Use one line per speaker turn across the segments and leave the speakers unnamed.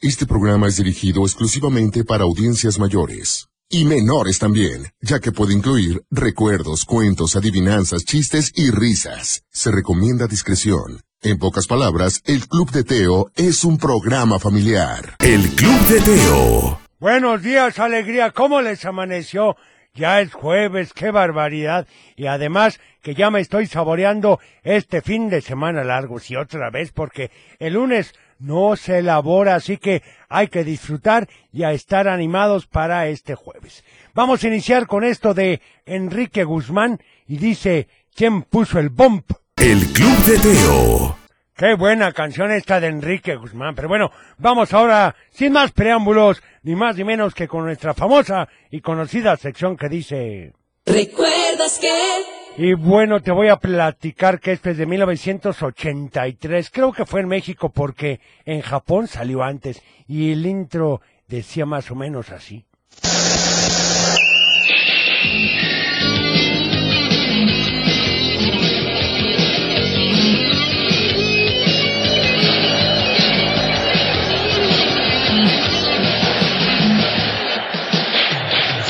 Este programa es dirigido exclusivamente para audiencias mayores. Y menores también, ya que puede incluir recuerdos, cuentos, adivinanzas, chistes y risas. Se recomienda discreción. En pocas palabras, el Club de Teo es un programa familiar.
El Club de Teo.
Buenos días, alegría. ¿Cómo les amaneció? Ya es jueves, qué barbaridad. Y además que ya me estoy saboreando este fin de semana largo, si otra vez, porque el lunes no se elabora, así que hay que disfrutar y a estar animados para este jueves. Vamos a iniciar con esto de Enrique Guzmán y dice, ¿quién puso el bomb?
El Club de Teo.
Qué buena canción esta de Enrique Guzmán. Pero bueno, vamos ahora, sin más preámbulos, ni más ni menos que con nuestra famosa y conocida sección que dice...
¿Recuerdas que?
Y bueno, te voy a platicar que este es de 1983. Creo que fue en México porque en Japón salió antes y el intro decía más o menos así.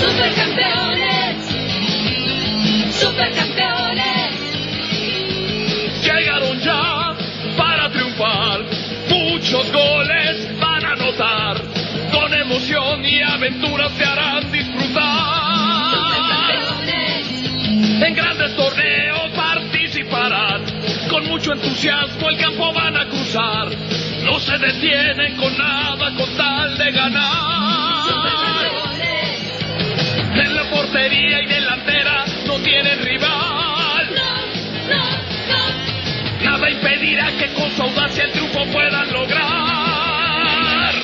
Supercampeones. Supercampeones.
Llegaron ya para triunfar. Muchos goles van a anotar. Con emoción y aventuras te harán disfrutar.
Supercampeones.
En grandes torneos participarán. Con mucho entusiasmo el campo van a cruzar. No se detienen con nada con tal de ganar.
Supercampeones.
En la portería y delantera no tienen rival.
No, no, no.
Nada impedirá que con su audacia el triunfo puedan lograr.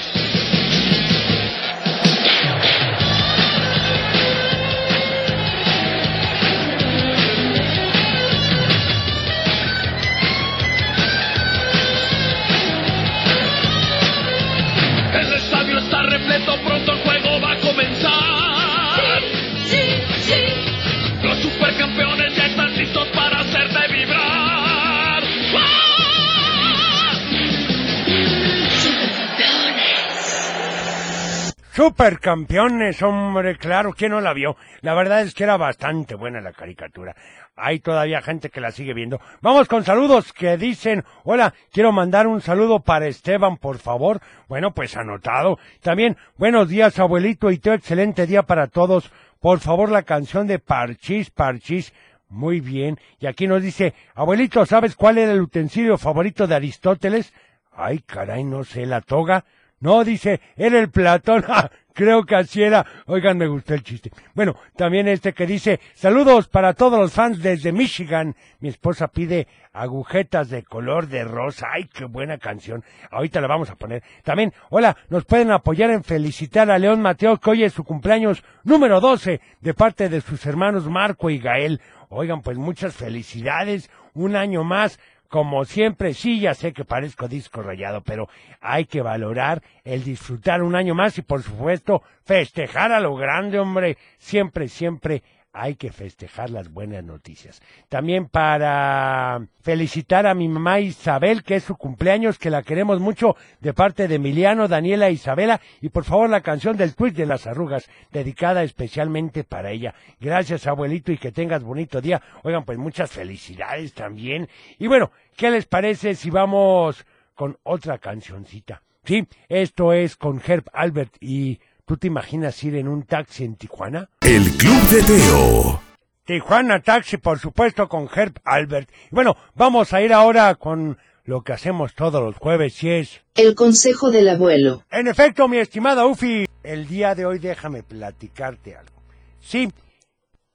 El estadio está repleto, pronto el juego va a comenzar.
Sí, sí.
Los supercampeones ya están listos para hacerte vibrar. ¡Ah!
Supercampeones, hombre, claro, ¿quién no la vio? La verdad es que era bastante buena la caricatura. Hay todavía gente que la sigue viendo. Vamos con saludos que dicen, hola, quiero mandar un saludo para Esteban, por favor. Bueno, pues anotado. También, buenos días, abuelito, y teo, excelente día para todos. Por favor, la canción de Parchís, Parchís. Muy bien. Y aquí nos dice, abuelito, ¿sabes cuál era el utensilio favorito de Aristóteles? Ay, caray, no sé, la toga. No, dice, era el Platón. Ah, creo que así era. Oigan, me gustó el chiste. Bueno, también este que dice, saludos para todos los fans desde Michigan. Mi esposa pide agujetas de color de rosa. Ay, qué buena canción. Ahorita la vamos a poner. También, hola, nos pueden apoyar en felicitar a León Mateo, que hoy es su cumpleaños número 12, de parte de sus hermanos Marco y Gael. Oigan, pues muchas felicidades. Un año más. Como siempre, sí, ya sé que parezco disco rayado, pero hay que valorar el disfrutar un año más y, por supuesto, festejar a lo grande, hombre. Siempre, siempre hay que festejar las buenas noticias. También para felicitar a mi mamá Isabel, que es su cumpleaños, que la queremos mucho, de parte de Emiliano, Daniela e Isabela, y por favor la canción del tweet de las arrugas, dedicada especialmente para ella. Gracias, abuelito, y que tengas bonito día. Oigan, pues muchas felicidades también. Y bueno, ¿qué les parece si vamos con otra cancioncita? Sí, esto es con Herb Albert y ¿tú te imaginas ir en un taxi en Tijuana?
El Club de Teo.
Tijuana Taxi, por supuesto, con Herb Albert. Y Bueno, vamos a ir ahora con lo que hacemos todos los jueves, si es...
El consejo del abuelo.
En efecto, mi estimada Ufi, el día de hoy déjame platicarte algo. Sí,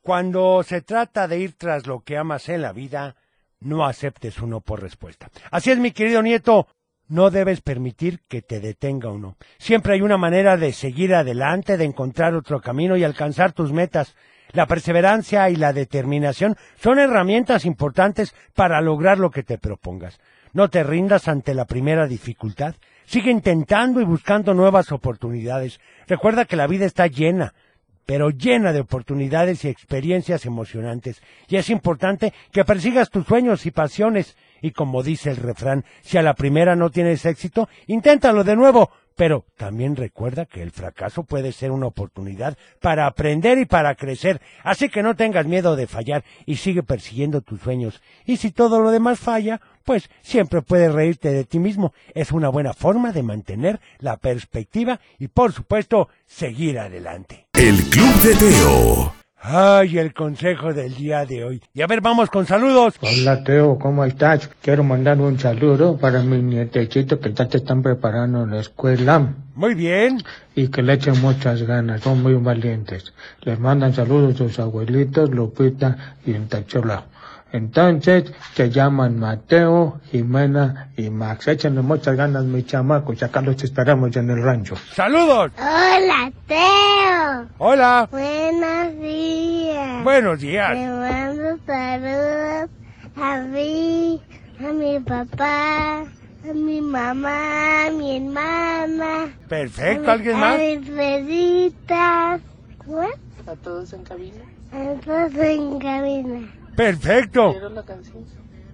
cuando se trata de ir tras lo que amas en la vida, no aceptes uno por respuesta. Así es, mi querido nieto, no debes permitir que te detenga uno. Siempre hay una manera de seguir adelante, de encontrar otro camino y alcanzar tus metas. La perseverancia y la determinación son herramientas importantes para lograr lo que te propongas. No te rindas ante la primera dificultad. Sigue intentando y buscando nuevas oportunidades. Recuerda que la vida está llena pero llena de oportunidades y experiencias emocionantes. Y es importante que persigas tus sueños y pasiones. Y como dice el refrán, si a la primera no tienes éxito, inténtalo de nuevo, Pero también recuerda que el fracaso puede ser una oportunidad para aprender y para crecer. Así que no tengas miedo de fallar y sigue persiguiendo tus sueños. Y si todo lo demás falla, pues siempre puedes reírte de ti mismo. Es una buena forma de mantener la perspectiva y por supuesto seguir adelante.
El Club de Teo.
Ay, el consejo del día de hoy. Y a ver, vamos con saludos.
Hola Teo, ¿cómo estás? Quiero mandar un saludo para mis nietecitos que ya te están preparando en la escuela
Muy bien.
y que le echen muchas ganas, son muy valientes. Les mandan saludos sus abuelitos Lupita y Intachula. Entonces, se llaman Mateo, Jimena y Max. Échenle muchas ganas, mis chamacos, y acá los esperamos en el rancho.
Saludos.
Hola, Teo.
Hola.
Buenos días.
Buenos
Le
días.
mando saludos a mí, a mi papá, a mi mamá, a mi hermana.
Perfecto. ¿Alguien más?
A mis perritas. ¿What?
a todos en cabina.
A todos en cabina.
Perfecto.
¿Vieron la canción?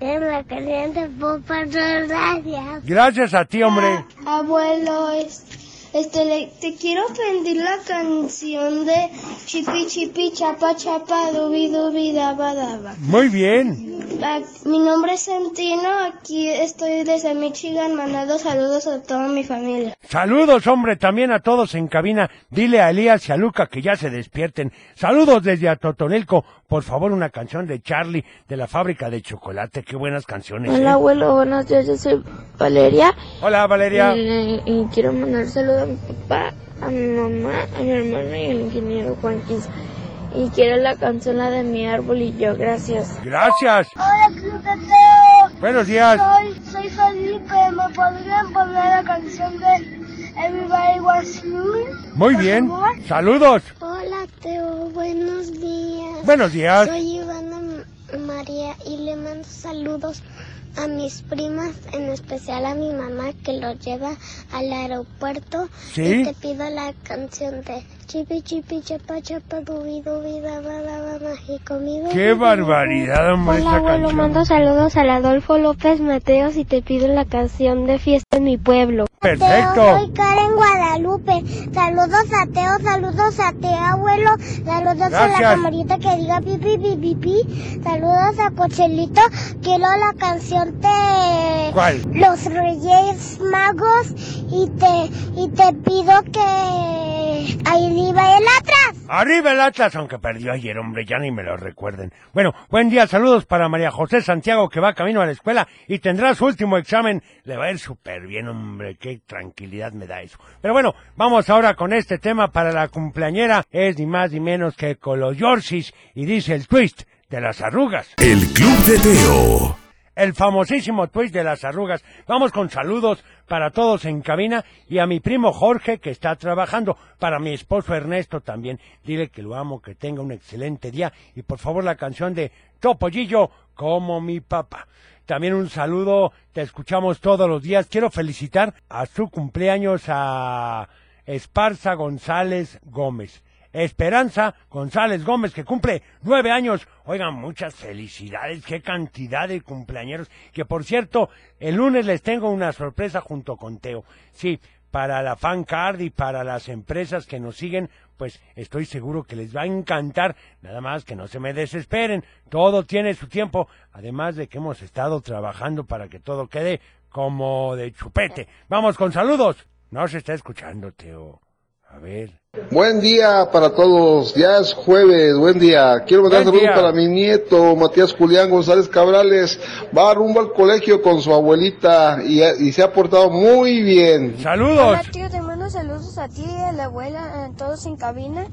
En la caliente popa, gracias.
Gracias a ti, hombre.
Abuelo, es- este, le- te quiero pedir la canción de Chipi Chipi Chapa Chapa Dubi Dubi Daba Daba.
Muy bien.
Ah, Mi nombre es Santino, aquí estoy desde Michigan mandando saludos a toda mi familia.
Saludos, hombre, también a todos en cabina. Dile a Elías y a Luca que ya se despierten. Saludos desde Atotonilco. Por favor, una canción de Charlie de la fábrica de chocolate. Qué buenas canciones. ¿eh?
abuelo, buenos días, yo soy Valeria
Hola, Valeria.
y quiero mandar saludos a mi papá, a mi mamá, a mi hermano y al ingeniero Juanquis. Y quiero la canción de mi árbol y yo, gracias.
Gracias.
Hola, Club de Teo.
Buenos días.
Soy, soy Felipe. ¿Me podrían poner la canción de Everybody Was You?
Muy
por
bien.
favor?
Saludos.
Hola, Teo. Buenos días.
Buenos días.
Soy Ivana M- María y le mando saludos a mis primas, en especial a mi mamá que los lleva al aeropuerto.
Sí.
Y te pido la canción de Chipi Chipi Chapa Chapa Dubi Dubi Daba Daba Mágico mi Dubi,
Qué
Dubi,
barbaridad, hombre,
Hola,
esta
abuelo,
canción.
mando saludos al Adolfo López Mateos y te pido la canción de Fiesta en mi pueblo.
Perfecto.
Karen Guadalupe. Saludos a Teo, saludos a Teo, abuelo. Saludos a
Gracias.
la camarita que diga pipi, pipi, pipi. Saludos a Cochelito. Quiero la canción de
¿Cuál?
los Reyes Magos y te, y te pido que ahí va el atrás.
Arriba el Atlas, aunque perdió ayer, hombre, ya ni me lo recuerden. Bueno, buen día, saludos para María José Santiago, que va camino a la escuela y tendrá su último examen. Le va a ir súper bien, hombre, qué tranquilidad me da eso. Pero bueno, vamos ahora con este tema para la cumpleañera. Es ni más ni menos que con los Yorsis y dice el twist de las arrugas.
El Club de Teo.
El famosísimo twist de las arrugas. Vamos con saludos para todos en cabina y a mi primo Jorge que está trabajando, para mi esposo Ernesto también. Dile que lo amo, que tenga un excelente día y por favor la canción de Topollillo como mi papá. También un saludo, te escuchamos todos los días. Quiero felicitar a su cumpleaños a Esparza González Gómez. Esperanza González Gómez, que cumple nueve años. Oigan, muchas felicidades, qué cantidad de cumpleañeros. Que por cierto, el lunes les tengo una sorpresa junto con Teo. Sí, para la fan card y para las empresas que nos siguen, pues estoy seguro que les va a encantar. Nada más que no se me desesperen, todo tiene su tiempo. Además de que hemos estado trabajando para que todo quede como de chupete. Vamos con saludos. No se está escuchando, Teo. A ver.
Buen día para todos, ya es jueves, buen día. Quiero mandar
Buen
saludos
día.
para mi nieto, Matías Julián González Cabrales. Va rumbo al colegio con su abuelita y, y se ha portado muy bien.
Saludos.
tío, te mando saludos a ti, a la abuela, a todos en cabina.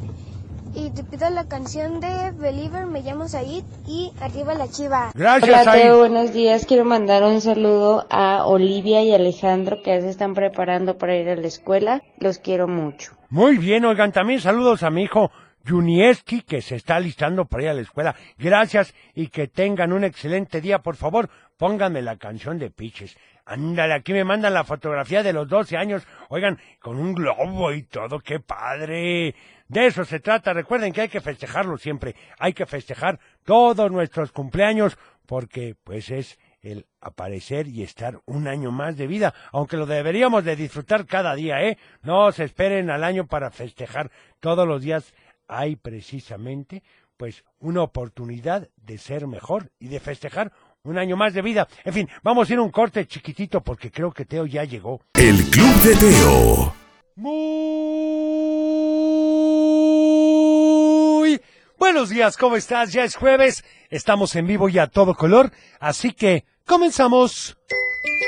Y te pido la canción de Believer, me llamo Said y arriba la chiva.
Gracias, ahí.
buenos días. Quiero mandar un saludo a Olivia y Alejandro que se están preparando para ir a la escuela. Los quiero mucho.
Muy bien, oigan, también saludos a mi hijo Junieski, que se está listando para ir a la escuela. Gracias y que tengan un excelente día. Por favor, pónganme la canción de Piches. Ándale, aquí me mandan la fotografía de los 12 años. Oigan, con un globo y todo, qué padre. De eso se trata. Recuerden que hay que festejarlo siempre. Hay que festejar todos nuestros cumpleaños porque, pues, es el aparecer y estar un año más de vida, aunque lo deberíamos de disfrutar cada día, ¿eh? No se esperen al año para festejar. Todos los días hay precisamente, pues, una oportunidad de ser mejor y de festejar un año más de vida. En fin, vamos a ir a un corte chiquitito porque creo que Teo ya llegó.
El Club de Teo.
Muy buenos días, ¿cómo estás? Ya es jueves, estamos en vivo y a todo color, así que comenzamos.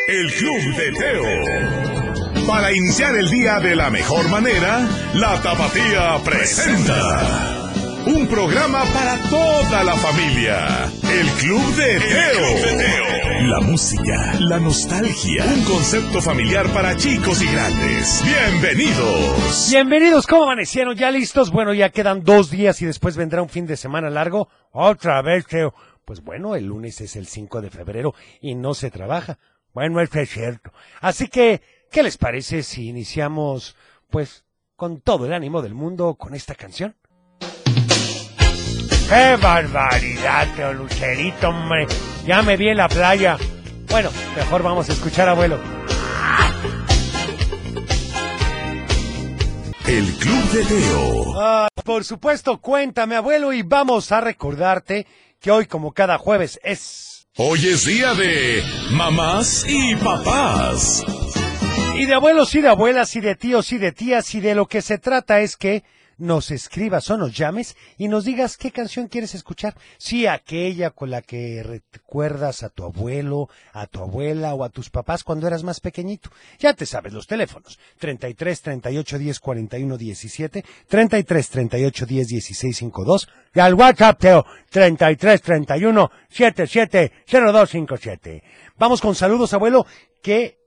El Club de Teo. Para iniciar el día de la mejor manera, la Tapatía presenta un programa para toda la familia. El Club de Teo. La música, la nostalgia, un concepto familiar para chicos y grandes. Bienvenidos.
Bienvenidos, ¿cómo amanecieron? ¿Ya listos? Bueno, ya quedan dos días y después vendrá un fin de semana largo. Otra vez, Teo. Pues bueno, el lunes es el 5 de febrero y no se trabaja. Bueno, esto es cierto. Así que, ¿qué les parece si iniciamos, pues, con todo el ánimo del mundo con esta canción? ¡Qué barbaridad, Teo Lucerito, hombre! Ya me vi en la playa. Bueno, mejor vamos a escuchar, abuelo.
El Club de Teo.
Ah, por supuesto, cuéntame, abuelo, y vamos a recordarte que hoy, como cada jueves, es...
Hoy es día de mamás y papás.
Y de abuelos y de abuelas y de tíos y de tías y de lo que se trata es que nos escribas o nos llames y nos digas qué canción quieres escuchar. Si aquella con la que recuerdas a tu abuelo, a tu abuela o a tus papás cuando eras más pequeñito. Ya te sabes los teléfonos. 33 38 10 41 17, 33 38 10 16 52 y al WhatsApp Teo 33 31 77 02 57. Vamos con saludos, abuelo, que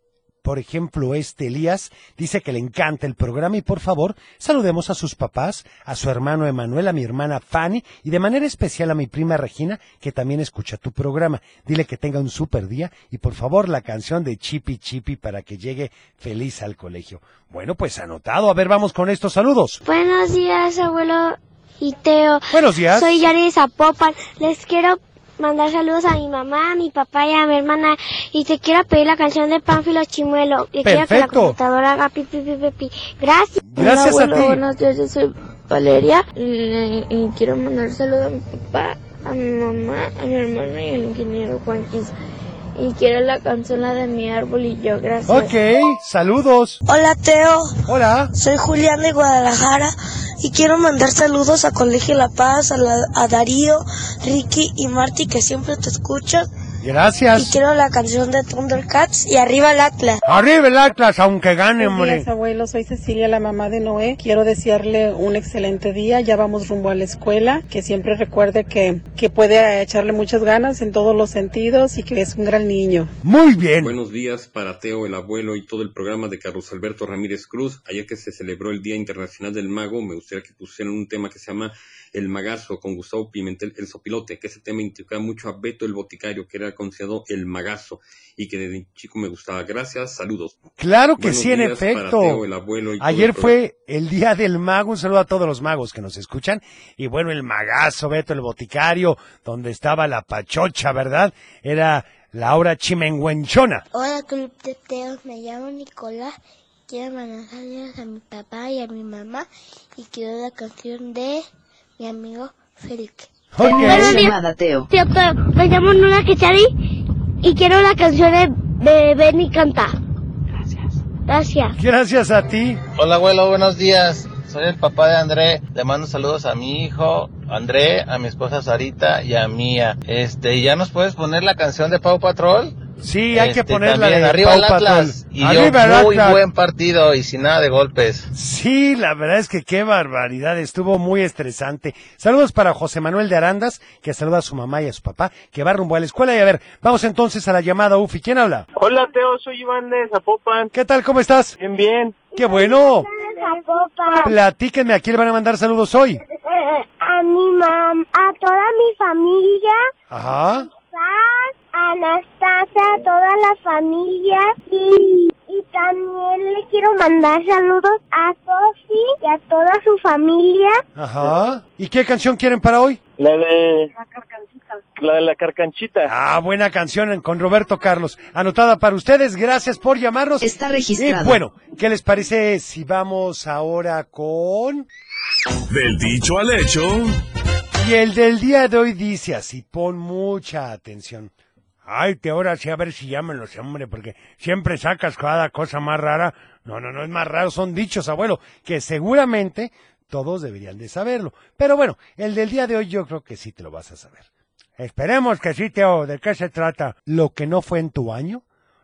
por ejemplo, este Elías dice que le encanta el programa y por favor saludemos a sus papás, a su hermano Emanuel, a mi hermana Fanny y de manera especial a mi prima Regina que también escucha tu programa. Dile que tenga un super día y por favor la canción de Chipi Chipi para que llegue feliz al colegio. Bueno, pues anotado. A ver, vamos con estos saludos.
Buenos días, abuelo y Teo.
Buenos días.
Soy Yari Zapopan. Les quiero mandar saludos a mi mamá, a mi papá y a mi hermana. Y te quiero pedir la canción de Pánfilo Chimuelo. Y quiero que la
Perfecto.
computadora haga pi, pi, pi, pi, pi. Gracias.
Gracias a ti.
Buenos días, yo soy Valeria. Y, y quiero mandar saludos a mi papá, a mi mamá, a mi hermana y al ingeniero Juanquis. Y quiero la canción la de mi árbol y yo. Gracias.
Ok, saludos.
Hola Teo,
Hola.
soy Julián de Guadalajara y quiero mandar saludos a Colegio La Paz, a, la- a Darío, Ricky y Marty que siempre te escuchan y
Gracias.
quiero la canción de Thundercats y arriba el Atlas.
Arriba el Atlas, aunque gane,
Buenos
hombre.
días, abuelo. Soy Cecilia, la mamá de Noé. Quiero desearle un excelente día. Ya vamos rumbo a la escuela. Que siempre recuerde que, que puede echarle muchas ganas en todos los sentidos y que es un gran niño.
Muy bien.
Buenos días para Teo, el abuelo y todo el programa de Carlos Alberto Ramírez Cruz. Ayer que se celebró el Día Internacional del Mago, me gustaría que pusieran un tema que se llama El Magazo con Gustavo Pimentel, el Sopilote, que ese tema indicaba mucho a Beto el Boticario, que era considerado el Magazo y que desde chico me gustaba. Gracias, saludos.
Claro que
Buenos
sí, en
días para
efecto.
Teo, el abuelo y todo
Ayer
el
fue el Día del Mago, un saludo a todos los magos que nos escuchan. Y bueno, el magazo, Beto, el boticario, donde estaba la pachocha, ¿verdad? Era Laura Chimenguenchona.
Hola Club de Teos, me llamo Nicolás. Quiero mandar saludos a mi papá y a mi mamá y quiero la canción de mi amigo Félix.
Buenos días. Llamada, Teo.
Tío, Teo, me llamo Nuna Quechari y quiero la canción de, de Ven y Canta. Gracias.
Gracias a ti.
Hola abuelo, buenos días. Soy el papá de André. Le mando saludos a mi hijo André, a mi esposa Sarita y a Mía. Este, ¿ya nos puedes poner la canción de Pau Patrol?
Sí, hay que poner la
Este, también,
de
arriba
Pau
el Atlas.
Patrol.
Y
Arriba el
yo, muy
Atlas.
buen partido y sin nada de golpes.
Sí, la verdad es que qué barbaridad, estuvo muy estresante. Saludos para José Manuel de Arandas, que saluda a su mamá y a su papá, que va rumbo a la escuela. Y a ver, vamos entonces a la llamada Ufi. ¿Quién habla?
Hola Teo, soy Iván de Zapopan.
¿Qué tal? ¿Cómo estás?
Bien, bien.
¡Qué bueno!
A
Platíquenme, ¿a quién le van a mandar saludos hoy?
mi mamá, a toda mi familia,
Ajá.
a Anastasia, a toda la familia y, y también le quiero mandar saludos a Sofi y a toda su familia.
Ajá. ¿Y qué canción quieren para hoy?
La de
la de la carcanchita.
Ah, buena canción en- con Roberto Carlos. Anotada para ustedes. Gracias por llamarnos. Está
registrado.
Y bueno, ¿qué les parece si vamos ahora con...
Del dicho al hecho,
Y el del día de hoy dice así, pon mucha atención. Ay, te ahora sí, a ver si ya me lo sé, hombre, porque siempre sacas cada cosa más rara. No, no, no es más raro, son dichos, abuelo, que seguramente todos deberían de saberlo. Pero bueno, el del día de hoy yo creo que sí te lo vas a saber. Esperemos que sí, Teo. ¿De qué se trata? Lo que no fue en tu año.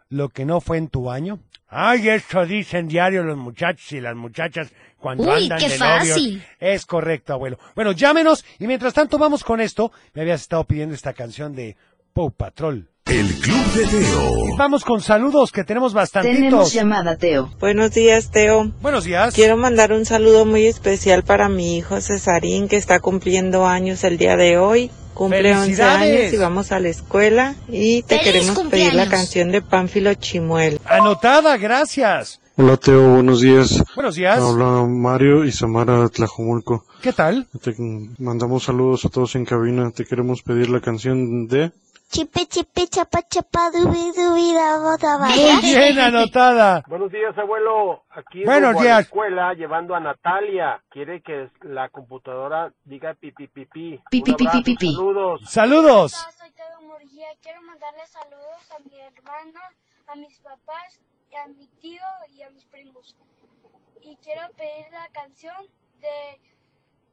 Lo que no fue en tu año. Ay, esto dicen diario los muchachos y las muchachas cuando
Uy,
andan
qué
de novios.
fácil.
Es correcto, abuelo. Bueno, llámenos y mientras tanto vamos con esto. Me habías estado pidiendo esta canción de Pow Patrol.
el Club de Teo.
Y vamos con saludos que tenemos bastantitos.
llamada, Teo. Buenos días, Teo.
Buenos días.
Quiero mandar un saludo muy especial para mi hijo Cesarín, que está cumpliendo años el día de hoy. Cumple 11
¡Felicidades!
años y vamos a la escuela. Y te
¡Feliz
queremos pedir la
cumpleaños!
canción de Pánfilo Chimuel.
Anotada, gracias.
Hola Teo, buenos días.
Buenos días.
Habla Mario y Samara de Tlajomulco.
¿Qué tal?
Te mandamos saludos a todos en cabina. Te queremos pedir la canción de...
Chipe, chipe, chapa, chapa, dubi, dubi, daba, daba.
Muy bien anotada.
Buenos días, abuelo. Aquí
Buenos
rumbo a
días.
la escuela llevando a Natalia. Quiere que la computadora diga pipi pipi.
Pi, pi, pi, pi, pi, pi.
Saludos.
Saludos.
Quiero mandarle saludos a mi hermana, a mis papás, a mi tío y a mis primos. Y quiero pedir la canción de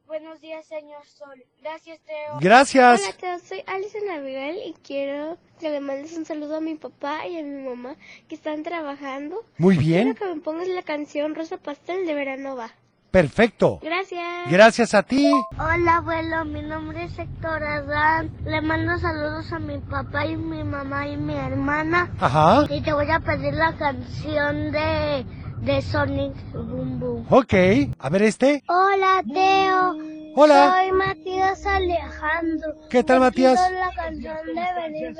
Buenos días, señor Sol. Gracias, Teo.
Gracias.
Hola, Teo. Soy Alison Abigail y quiero que le mandes un saludo a mi papá y a mi mamá que están trabajando.
Muy bien.
Quiero que me pongas la canción Rosa Pastel de Verano Va.
Perfecto.
Gracias.
Gracias a ti.
Hola abuelo, mi nombre es Héctor Adán. Le mando saludos a mi papá y mi mamá y mi hermana.
Ajá.
Y te voy a pedir la canción de, de Sonic Boom Boom.
Ok. A ver este.
Hola Teo.
Hola.
Soy Matías Alejandro.
¿Qué tal,
Te
Matías?
pido la canción de Benny Benny.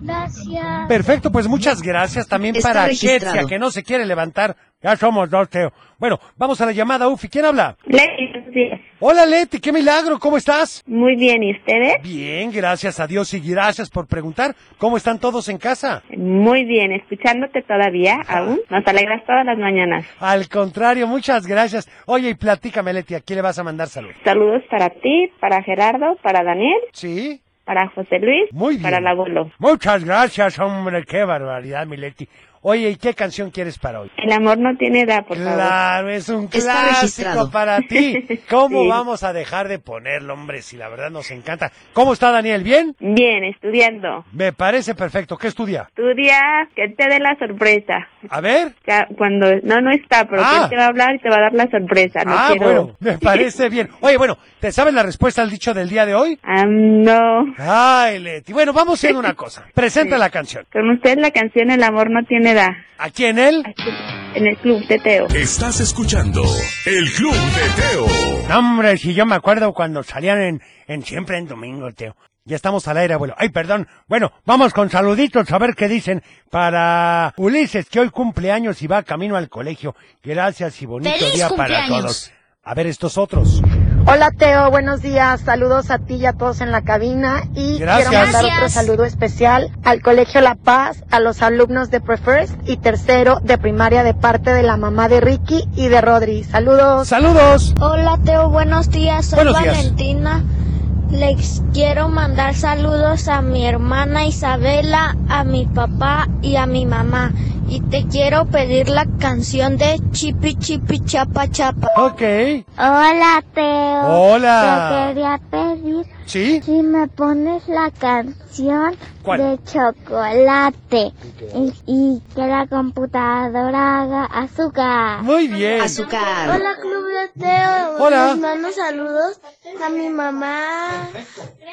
Gracias.
Perfecto, pues muchas gracias también
Está
para
registrado.
Ketsia, que no se quiere levantar. Ya somos dos, Teo. Bueno, vamos a la llamada, Ufi. ¿Quién habla? Hola, Leti. Qué milagro. ¿Cómo estás?
Muy bien, ¿y ustedes?
Bien, gracias a Dios y gracias por preguntar. ¿Cómo están todos en casa?
Muy bien, escuchándote todavía aún. Nos alegras todas las mañanas.
Al contrario, muchas gracias. Oye, y platícame, Leti, ¿a quién le vas a mandar salud?
Saludos para ti, para Gerardo, para Daniel.
Sí.
Para José Luis.
Muy bien.
Para el abuelo.
Muchas gracias, hombre. Qué barbaridad, mi Leti. Oye, ¿y qué canción quieres para hoy?
El amor no tiene edad, por favor.
Claro, es un
Está
clásico
registrado.
para ti. ¿Cómo
Sí.
vamos a dejar de ponerlo, hombre? Si la verdad nos encanta. ¿Cómo está Daniel? ¿Bien?
Bien, estudiando.
Me parece perfecto. ¿Qué estudia?
Estudia, que te dé la sorpresa.
A ver.
Ya, Cuando no, no está, pero
Ah.
él te va a hablar y te va a dar la sorpresa. No
ah,
quiero-
bueno, me parece bien. Oye, bueno, ¿te sabes la respuesta al dicho del día de hoy?
Ah, no.
Ay, Leti. Bueno, vamos haciendo una cosa. Presenta la canción.
Con usted la canción El amor no tiene edad.
¿Aquí en él?
En el club Teteo.
Estás escuchando el Club de Teo.
No, hombre, si yo me acuerdo cuando salían en, en siempre en domingo, Teo. Ya estamos al aire, abuelo. Ay, perdón. Bueno, vamos con saluditos a ver qué dicen para Ulises, que hoy cumpleaños y va camino al colegio. Gracias y bonito
¡Feliz
día para
cumpleaños!
todos. A ver estos otros.
Hola Teo, buenos días. Saludos a ti y a todos en la cabina. Y
Gracias.
quiero mandar
Gracias.
otro saludo especial al Colegio La Paz, a los alumnos de Prefirst y tercero de primaria de parte de la mamá de Ricky y de Rodri. Saludos.
Saludos.
Hola Teo, buenos días. Soy
Buenos días.
Valentina. Les quiero mandar saludos a mi hermana Isabela, a mi papá y a mi mamá. Y te quiero pedir la canción de Chipi Chipi Chapa Chapa.
Ok.
Hola Teo.
Hola.
Te quería pedir
¿Sí?
si me pones la canción
¿Cuál?
de chocolate y, y que la computadora haga azúcar.
Muy bien.
Hola Club de Teo.
Hola.
Les mando saludos a mi mamá,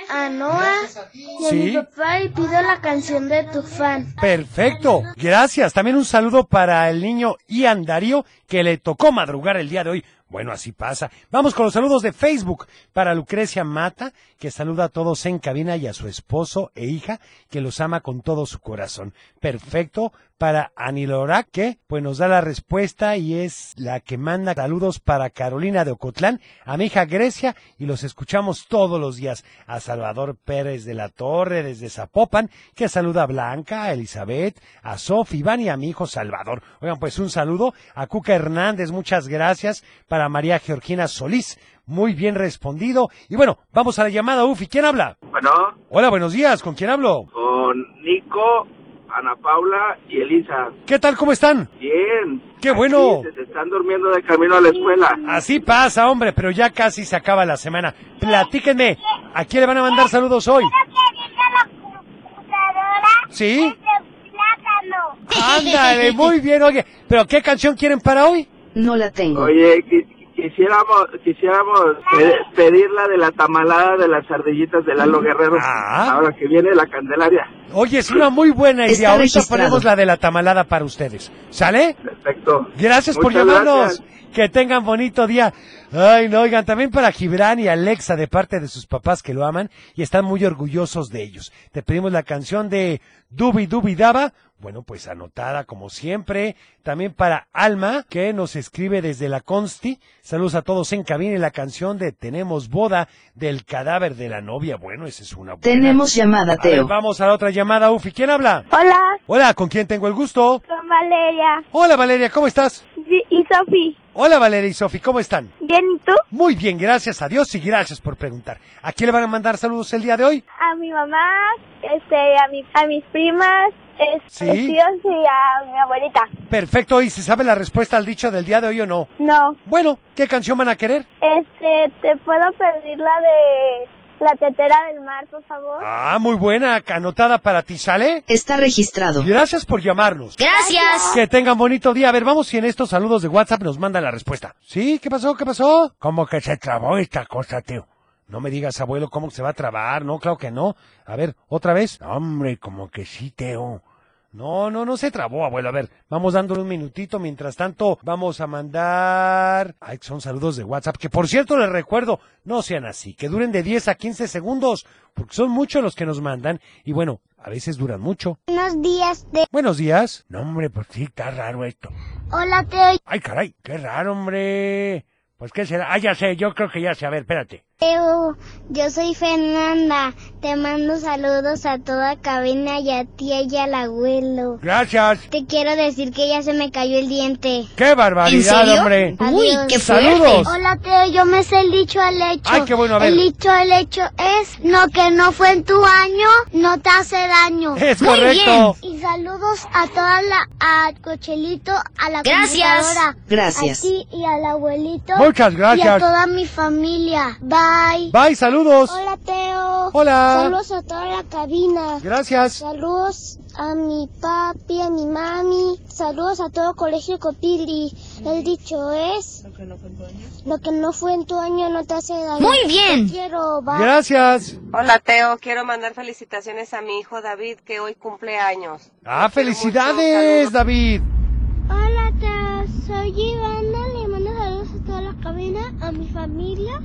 a Noah y a
Sí.
mi papá y pido la canción de tu fan.
Perfecto. Gracias. También un saludo para el niño Ian Darío, que le tocó madrugar el día de hoy. Bueno, así pasa. Vamos con los saludos de Facebook para Lucrecia Mata, que saluda a todos en cabina y a su esposo e hija, que los ama con todo su corazón. Perfecto. para Anilorac, que pues nos da la respuesta y es la que manda saludos para Carolina de Ocotlán, a mi hija Grecia, y los escuchamos todos los días. A Salvador Pérez de la Torre, desde Zapopan, que saluda a Blanca, a Elizabeth, a Sofi, Iván y a mi hijo Salvador. Oigan, pues un saludo a Cuca Hernández, muchas gracias. Para María Georgina Solís, muy bien respondido. Y bueno, vamos a la llamada, Ufi, ¿quién habla?
Bueno,
Hola, buenos días, ¿con quién hablo?
con Nico, Ana Paula y Elisa.
¿Qué tal? ¿Cómo están?
Bien.
¡Qué bueno!
Se están durmiendo de camino a la escuela.
Así pasa, hombre, pero ya casi se acaba la semana. Platíquenme, ¿a quién le van a mandar saludos hoy? ¿Sí? Ándale, muy bien, oye. ¿Pero qué canción quieren para hoy?
No la tengo. Oye, qui- quisiéramos, quisiéramos pe- pedir la de la tamalada de las ardillitas de Lalo Guerrero. Ahora que viene la Candelaria.
Oye, es una muy buena idea.
Está
Ahorita
registrado.
ponemos la de la tamalada para ustedes. ¿Sale?
Perfecto.
Gracias por
Muchas
llamarnos.
gracias.
Que tengan bonito día. Ay, no, oigan, también para Gibran y Alexa de parte de sus papás que lo aman y están muy orgullosos de ellos. Te pedimos la canción de Dubi Dubi Daba. Bueno, pues anotada como siempre. También para Alma, que nos escribe desde la Consti. Saludos a todos en cabina y la canción de Tenemos boda del cadáver de la novia. Bueno, esa es una buena.
Tenemos llamada,
A ver,
Teo.
vamos a la otra llamada, Ufi. ¿Quién habla?
Hola,
Hola, ¿con quién tengo el gusto?
con Valeria
Hola, Valeria, ¿cómo estás?
Sí, y Sofi.
Hola Valeria y Sofi, ¿cómo están?
Bien, ¿y tú?
Muy bien, gracias a Dios y gracias por preguntar. ¿A quién le van a mandar saludos el día de hoy?
A mi mamá, este, a, mi, a mis primas, es-
Sí.
mis tíos y a mi abuelita.
Perfecto, ¿y se sabe la respuesta al dicho del día de hoy o no?
No,
Bueno, ¿qué canción van a querer?
este, ¿te puedo pedir la de la tetera del mar, por favor?
Ah, muy buena, anotada para ti, ¿sale?
Está registrado.
Gracias por llamarnos.
Gracias.
Que tengan bonito día. A ver, vamos si en estos saludos de WhatsApp nos mandan la respuesta. ¿Sí? ¿Qué pasó? ¿Qué pasó? ¿Cómo que se trabó esta cosa, tío? No me digas, abuelo, cómo se va a trabar. No, claro que no. A ver, otra vez. Hombre, como que sí, Teo. No, no, no se trabó, abuelo. A ver, vamos dándole un minutito. Mientras tanto, vamos a mandar... Ay, son saludos de WhatsApp. Que por cierto, les recuerdo, no sean así. Que duren de 10 a 15 segundos. Porque son muchos los que nos mandan. Y bueno, a veces duran mucho.
Buenos días, Teo.
Buenos días. No, hombre, pues sí, está raro esto.
Hola, Teo.
Ay, caray, qué raro, hombre. Pues qué será. Ah, ya sé, yo creo que ya sé. A ver, espérate.
Teo, yo soy Fernanda. Te mando saludos a toda cabina y a ti y al abuelo.
Gracias.
Te quiero decir que ya se me cayó el diente.
¡Qué barbaridad, hombre!
Adiós.
¡Saludos!
Hola, Teo, yo me sé el dicho al hecho.
Ay, qué bueno, a ver.
El dicho al hecho es, lo que no fue en tu año, no te hace daño.
Es Muy correcto.
Y saludos a toda la, a Cochelito, a la
Gracias.
computadora.
Gracias.
A ti y al abuelito.
Muchas
Y a
gracias.
toda mi familia. Bye.
¡Bye, saludos!
Hola, Teo.
Hola.
Saludos a toda la cabina.
Gracias.
Saludos a mi papi, a mi mami. Saludos a todo Colegio Copili. El dicho es... Lo que no fue en tu año no te hace daño.
Muy bien.
Te quiero, bye.
¡Gracias!
Hola Teo, quiero mandar felicitaciones a mi hijo David que hoy cumple años.
¡Ah, felicidades, David!
Hola, Teo. Soy Ivana. Le mando saludos a toda la cabina, a mi familia.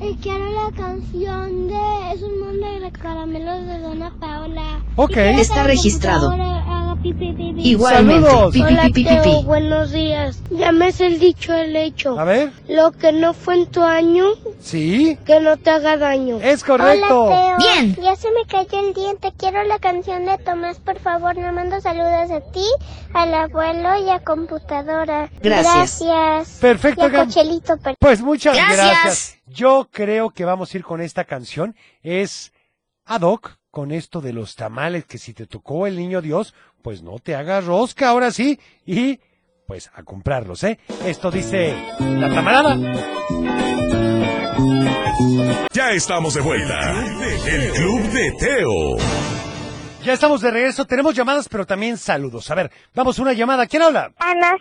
Y quiero la canción de... Es un mundo de caramelos de Dona Paola.
Ok.
Y quiero que
Está
la
registrado.
computadora haga pi, pi, pi, pi.
Igualmente. Saludos. Pi, pi,
Hola,
pi, pi, pi,
Teo.
pi.
Buenos días. Ya me es el dicho el hecho.
A ver.
Lo que no fue en tu año,
¿Sí?
que no te haga daño.
¡Es correcto!
Bien. Ya se me cayó el diente. Quiero la canción de Tomás, por favor. No mando saludos a ti, al abuelo y a computadora.
Gracias.
Gracias.
Perfecto,
Y a
Gam.
Cochelito, per-
Pues muchas gracias.
Gracias.
Yo creo que vamos a ir con esta canción. Es ad hoc con esto de los tamales, que si te tocó el niño Dios, pues no te hagas rosca ahora sí. Y pues a comprarlos, ¿eh? Esto dice la tamalada.
Ya estamos de vuelta. El Club de Teo.
Ya estamos de regreso. Tenemos llamadas, pero también saludos. A ver, vamos una llamada. ¿Quién habla?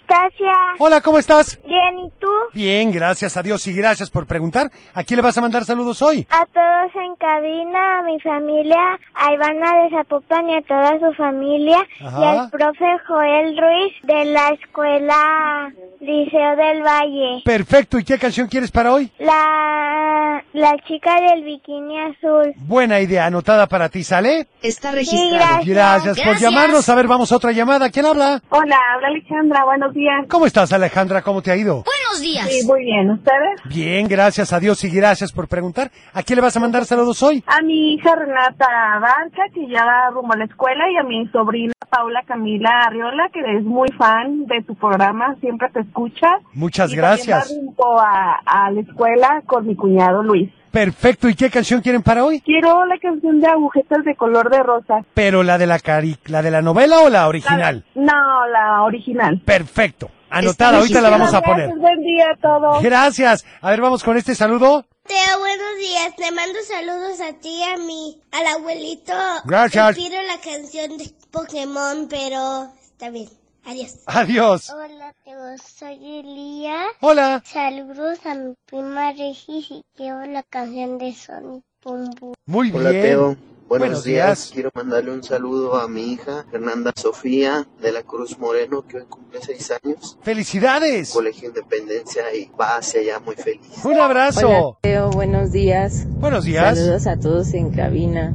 Anastasia.
Hola, ¿cómo estás?
Bien, ¿y tú?
Bien, gracias a Dios y gracias por preguntar. ¿A quién le vas a mandar saludos hoy?
A todos en cabina, a mi familia, a Ivana de Zapopan y a toda su familia,
Ajá.
y al profe Joel Ruiz de la escuela Liceo del Valle.
Perfecto. ¿Y qué canción quieres para hoy?
La
La chica del bikini azul.
Buena idea, anotada para ti, ¿sale?
Está
registrado.
Gracias, por
Gracias.
llamarnos. A ver, vamos a otra llamada. ¿Quién habla?
Hola, habla Alejandra, buenos días.
¿Cómo estás, Alejandra? ¿Cómo te ha ido?
Buenos días. Sí, muy bien, ¿ustedes?
Bien, gracias a Dios y gracias por preguntar. ¿A quién le vas a mandar saludos hoy?
A mi hija Renata Barca, que ya va rumbo a la escuela, y a mi sobrina Paula Camila Arriola, que es muy fan de tu programa, siempre te escucha.
Muchas
Y
gracias.
también va rumbo a, a la escuela con mi cuñado Luis.
Perfecto. ¿Y qué canción quieren para hoy?
Quiero la canción de agujetas de color de rosa.
¿Pero la de la, cari la, de la novela o la original?
No, la original.
Perfecto. Anotada, ahorita la vamos a poner.
Gracias, Buen día a
¿eh?
todos.
Gracias. A ver, vamos con este saludo.
Teo, buenos días. Te mando saludos a ti, a mi, al abuelito.
Gracias.
Te pido la canción de Pokémon, pero está bien. Adiós.
Adiós.
Hola, Teo. Soy Elías.
Hola.
Saludos a mi prima Regis y quiero la canción de Sonic Boom Boom.
Muy
Hola,
bien.
Teo. Buenos,
Buenos
días.
días.
Quiero mandarle un saludo a mi hija Fernanda Sofía de la Cruz Moreno, que hoy cumple seis años.
¡Felicidades!
Colegio Independencia y va hacia allá muy feliz.
Un abrazo.
Hola, Teo, buenos días.
Buenos días.
Saludos a todos en cabina.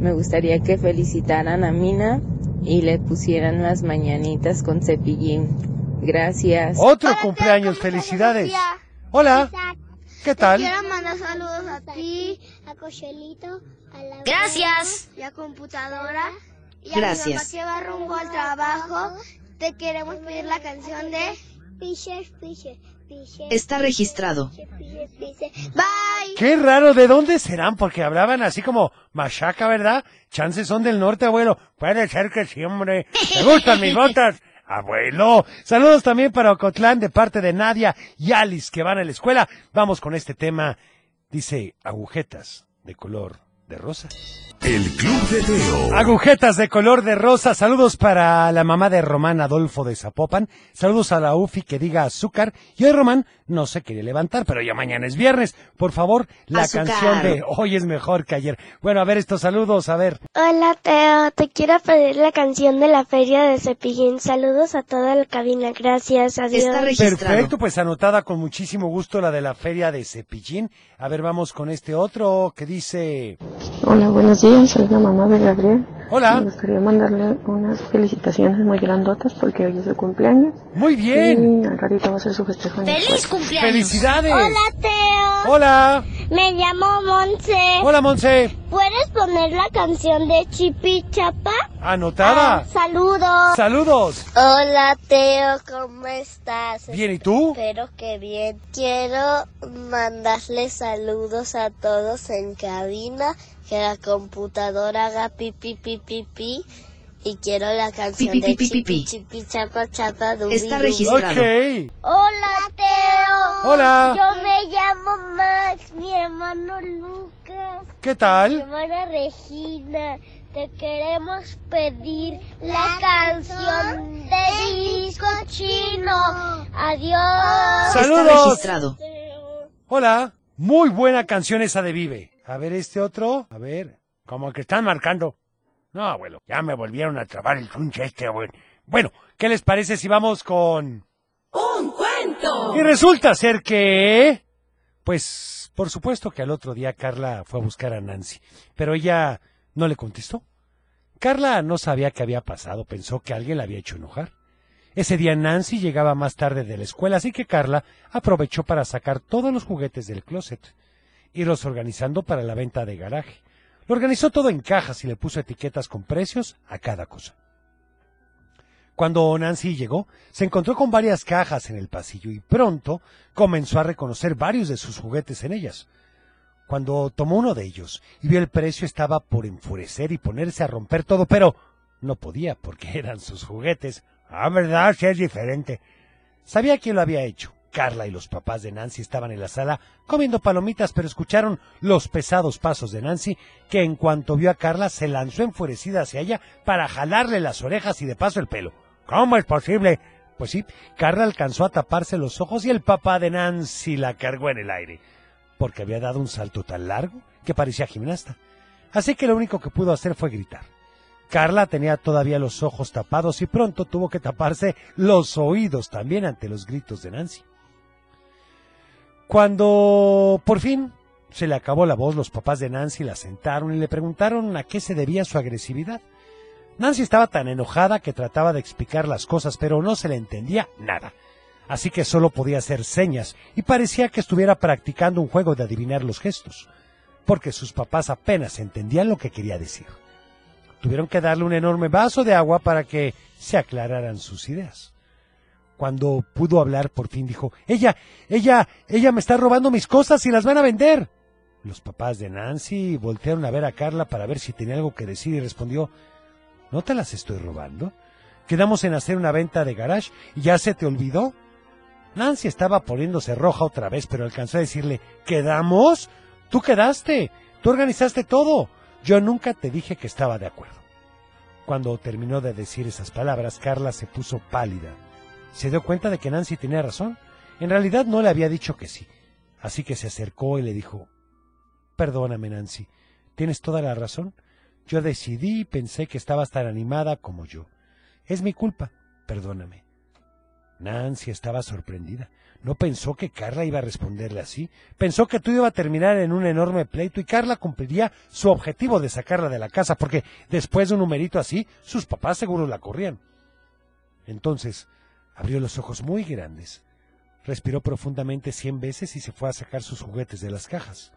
Me gustaría que felicitaran a Mina y le pusieran las mañanitas con cepillín. Gracias.
Otro cumpleaños, felicidades. Hola. ¿Qué tal?
Quiero mandar saludos a ti, a Cochelito, a la
Gracias.
abuela, y a computadora. Y
Gracias.
a mi mamá que va rumbo al trabajo. Te queremos pedir la canción de Fisher, Fisher, Fisher.
Está registrado.
Fisher, Fisher. Bye.
Qué raro, ¿de dónde serán? Porque hablaban así como machaca, ¿verdad? Chances son del norte, abuelo. Puede ser que sí, hombre. Me gustan mis botas. Abuelo. Saludos también para Ocotlán de parte de Nadia y Alice que van a la escuela. Vamos con este tema. Dice agujetas de color de rosa.
El Club de Teo.
Agujetas de color de rosa, saludos para la mamá de Román Adolfo de Zapopan, saludos a la UFI que diga azúcar, y hoy Román no se quiere levantar, pero ya mañana es viernes, por favor, la
Azúcar.
canción de hoy es mejor que ayer. Bueno, a ver estos saludos, a ver.
Hola Teo, te quiero pedir la canción de la feria de Cepillín. Saludos a toda la cabina, gracias, adiós.
Perfecto, pues anotada con muchísimo gusto la de la feria de Cepillín. A ver, vamos con este otro que dice...
Hola, buenos días, soy la mamá de Gabriel.
Hola.
Me gustaría mandarle unas felicitaciones muy grandotas porque hoy es su cumpleaños.
Muy bien.
Y al ratito va a ser su festejo. en la escuela.
¡Felicidades!
Hola Teo.
Hola.
Me llamo Monse.
Hola, Monse.
¿Puedes poner la canción de Chipi Chapa?
Anotada.
Ah, saludos.
Saludos.
Hola Teo, ¿cómo estás?
Bien, ¿y tú?
Espero que bien. Quiero mandarle saludos a todos en cabina, que la computadora haga pipi pipi pi y quiero la canción
Pi, pi,
de
pi, pi,
chipi
pi,
chipi chapa chapa dubi,
Está
dubi.
registrado.
Ok.
Hola Teo.
Hola.
Yo me llamo Max, mi hermano Lucas.
¿Qué
Mm.
tal?
Mi hermana Regina, te queremos pedir la canción de disco chino. Adiós.
Saludos.
registrado.
Hola. Muy buena canción esa de Vive. A ver este otro. A ver. Como que están marcando. No, abuelo. Ya me volvieron a trabar el chunche este, abuelo. Bueno, ¿qué les parece si vamos con...
¡Un cuento!
Y resulta ser que... Pues, por supuesto que al otro día Carla fue a buscar a Nancy. Pero ella no le contestó. Carla no sabía qué había pasado. Pensó que alguien la había hecho enojar. Ese día Nancy llegaba más tarde de la escuela, así que Carla aprovechó para sacar todos los juguetes del closet y los organizando para la venta de garaje. Lo organizó todo en cajas y le puso etiquetas con precios a cada cosa. Cuando Nancy llegó, se encontró con varias cajas en el pasillo y pronto comenzó a reconocer varios de sus juguetes en ellas. Cuando tomó uno de ellos y vio el precio estaba por enfurecer y ponerse a romper todo, pero no podía porque eran sus juguetes. Ah, verdad, sí es diferente. Sabía quién lo había hecho. Carla y los papás de Nancy estaban en la sala comiendo palomitas, pero escucharon los pesados pasos de Nancy, que en cuanto vio a Carla se lanzó enfurecida hacia ella para jalarle las orejas y de paso el pelo. ¿Cómo es posible? Pues sí, Carla alcanzó a taparse los ojos y el papá de Nancy la cargó en el aire, porque había dado un salto tan largo que parecía gimnasta. Así que lo único que pudo hacer fue gritar. Carla tenía todavía los ojos tapados y pronto tuvo que taparse los oídos también ante los gritos de Nancy. Cuando por fin Se le acabó la voz, los papás de Nancy la sentaron y le preguntaron a qué se debía su agresividad. Nancy estaba tan enojada que trataba de explicar las cosas, pero no se le entendía nada. Así que solo podía hacer señas y parecía que estuviera practicando un juego de adivinar los gestos, porque sus papás apenas entendían lo que quería decir. Tuvieron que darle un enorme vaso de agua para que se aclararan sus ideas. Cuando pudo hablar, por fin dijo, ella, ella, ella me está robando mis cosas y las van a vender. Los papás de Nancy voltearon a ver a Carla para ver si tenía algo que decir y respondió, ¿no te las estoy robando? Quedamos en hacer una venta de garage y ya se te olvidó. Nancy estaba poniéndose roja otra vez, pero alcanzó a decirle, ¿quedamos? Tú quedaste, tú organizaste todo. Yo nunca te dije que estaba de acuerdo. Cuando terminó de decir esas palabras, Carla se puso pálida. Se dio cuenta de que Nancy tenía razón. En realidad no le había dicho que sí. Así que se acercó y le dijo, Perdóname, Nancy. Tienes toda la razón. Yo decidí y pensé que estabas tan animada como yo. Es mi culpa. Perdóname. Nancy estaba sorprendida. No pensó que Carla iba a responderle así. Pensó que todo iba a terminar en un enorme pleito y Carla cumpliría su objetivo de sacarla de la casa, porque después de un numerito así, sus papás seguro la corrían. Entonces, abrió los ojos muy grandes, respiró profundamente cien veces y se fue a sacar sus juguetes de las cajas.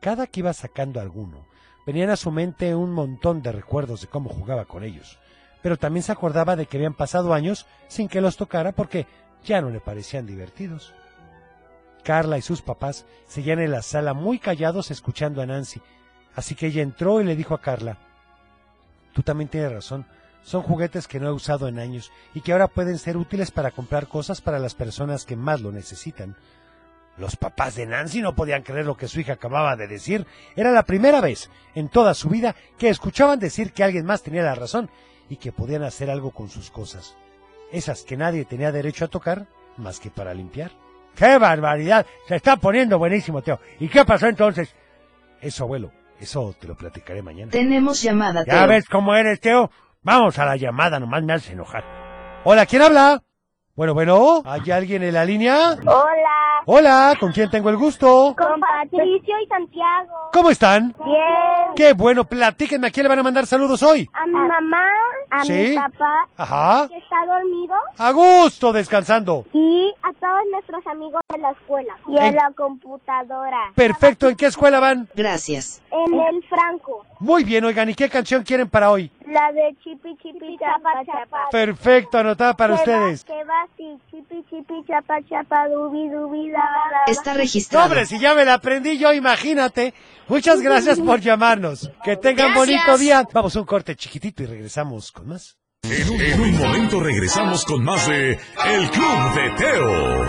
Cada que iba sacando alguno, venían a su mente un montón de recuerdos de cómo jugaba con ellos, pero también se acordaba de que habían pasado años sin que los tocara porque ya no le parecían divertidos. Carla y sus papás seguían en la sala muy callados escuchando a Nancy, así que ella entró y le dijo a Carla, Tú también tienes razón, son juguetes que no he usado en años y que ahora pueden ser útiles para comprar cosas para las personas que más lo necesitan. Los papás de Nancy no podían creer lo que su hija acababa de decir. Era la primera vez en toda su vida que escuchaban decir que alguien más tenía la razón y que podían hacer algo con sus cosas. Esas que nadie tenía derecho a tocar más que para limpiar. ¡Qué barbaridad! Se está poniendo buenísimo, Teo. ¿Y qué pasó entonces? Eso, abuelo, eso te lo platicaré mañana.
Tenemos llamada, Teo.
Ya ves cómo eres, Teo. Vamos a la llamada, nomás me haces enojar. Hola, ¿quién habla? Bueno, bueno, ¿hay alguien en la línea?
Hola,
Hola, ¿con quién tengo el gusto?
con Patricio y Santiago.
¿Cómo están?
Bien.
Qué bueno, platíquenme, ¿a quién le van a mandar saludos hoy?
A mi mamá, a
¿Sí? Ah.
mi papá,
Ajá.
que está dormido,
A gusto, descansando.
y a todos nuestros amigos de la escuela y a
En-
la computadora.
Perfecto, ¿en qué escuela van?
Gracias.
En el Franco,
Muy bien, oigan, ¿y qué canción quieren para hoy?
la de Chipi Chipi Chapa Chapa.
Perfecto, anotada para
¿Qué va-
ustedes.
¿Qué va si Chipi Chipi Chapa Chapa Dubi Dubi la, la, la.
No, Hombre, si ya me la aprendí yo, imagínate. Muchas gracias por llamarnos. Que tengan
Gracias.
bonito día. Vamos a un corte chiquitito y regresamos con más.
En un, en un momento regresamos con más de El Club de Teo.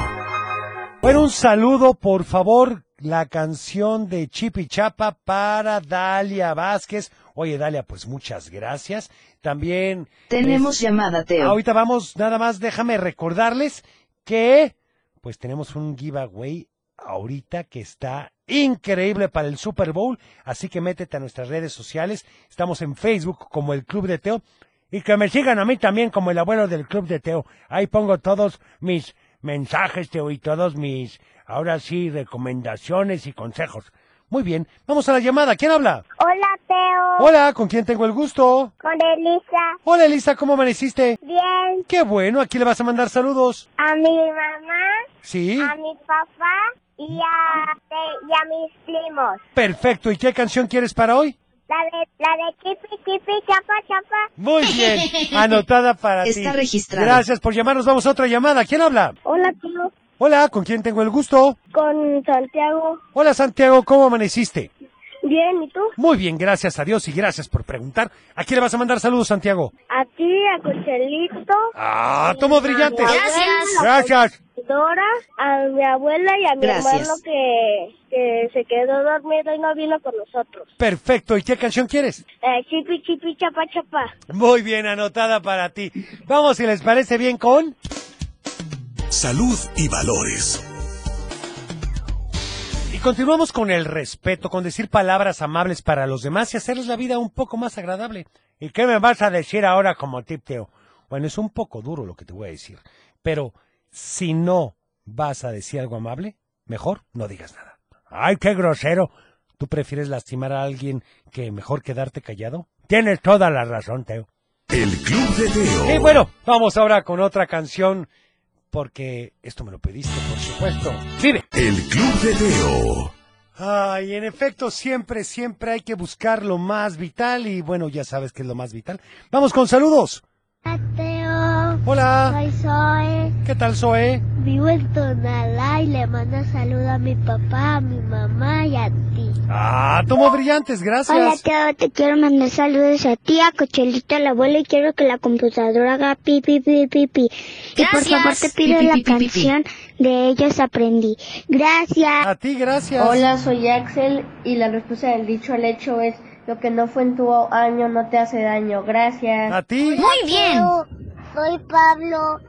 Bueno, un saludo, por favor, la canción de Chip y Chapa para Dalia Vázquez. Oye, Dalia, pues muchas gracias. También...
Tenemos
es-
llamada, Teo.
Ahorita vamos, nada más déjame recordarles que pues tenemos un giveaway ahorita que está increíble para el Super Bowl, así que métete a nuestras redes sociales, estamos en Facebook como el Club de Teo y que me sigan a mí también como el abuelo del Club de Teo. Ahí pongo todos mis mensajes, Teo, y todos mis, ahora sí, recomendaciones y consejos. Muy bien, vamos a la llamada. ¿Quién habla?
Hola, Teo.
Hola, ¿con quién tengo el gusto?
Con Elisa.
Hola Elisa, ¿cómo amaneciste?
Bien.
Qué bueno, aquí le vas a mandar saludos.
A mi mamá,
Sí.
a mi papá y a, y a mis primos.
Perfecto, ¿y qué canción quieres para hoy?
La de, la de Chipi Chipi Chapa Chapa.
Muy bien, anotada para ti.
Está registrado.
Gracias por llamarnos, vamos a otra llamada. ¿Quién habla?
Hola, tío.
Hola, ¿con quién tengo el gusto?
Con Santiago.
Hola Santiago, ¿cómo amaneciste?
Bien, ¿y tú?
Muy bien, gracias a Dios y gracias por preguntar. ¿A quién le vas a mandar saludos, Santiago?
A ti, a Cochelito.
Ah, tomo brillantes.
Gracias.
Gracias.
Dora, a mi abuela y a mi
Gracias.
hermano que, que se quedó dormido y no vino con nosotros.
Perfecto, ¿y qué canción quieres?
Eh, chipi Chipi Chapa Chapa.
Muy bien, anotada para ti. Vamos, si les parece bien con...
Salud y valores.
Y continuamos con el respeto, con decir palabras amables para los demás y hacerles la vida un poco más agradable. ¿Y qué me vas a decir ahora como tip, Teo? Bueno, es un poco duro lo que te voy a decir, pero si no vas a decir algo amable, mejor no digas nada. Ay, qué grosero. ¿Tú prefieres lastimar a alguien que mejor quedarte callado? Tienes toda la razón, Teo.
El Club de Teo.
Y bueno, vamos ahora con otra canción, porque esto me lo pediste, por supuesto. ¡Vive!
El Club de Teo.
Ay, en efecto, siempre, siempre hay que buscar lo más vital y bueno, ya sabes que es lo más vital. Vamos con saludos.
Teo.
Hola.
Soy Zoe.
¿Qué tal, Zoe?
Vivo en Tonalá y le mando saludo a mi papá, a mi mamá y a ti.
Ah, tomo brillantes,
Hola,
gracias.
Teo, te quiero mandar saludos a ti, a Cochelito, al abuelo y quiero que la computadora haga pi, pi, pi, pi, pi. Y por
Gracias.
favor te pido
Pi, pi,
la
pi, pi, pi, pi.
canción de Ellos Aprendí. Gracias.
A ti, gracias.
Hola, soy Axel y la respuesta del dicho al hecho es lo que no fue en tu año no te hace daño. Gracias.
A ti.
Soy Pablo.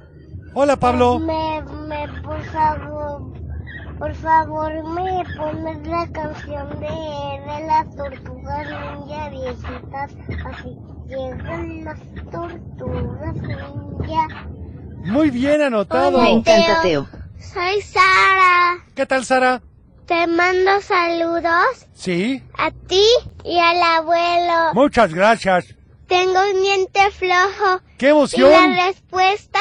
Hola, Pablo.
Me, me, por favor, por favor, me pones la canción de, de las tortugas ninja viejitas. Así llegan las tortugas ninja.
Muy bien anotado.
Me encanta, Teo. Soy Sara.
¿Qué tal, Sara?
Te mando saludos
Sí.
a ti y al abuelo.
Muchas gracias.
Tengo un diente flojo.
¡Qué emoción!
Y la respuesta.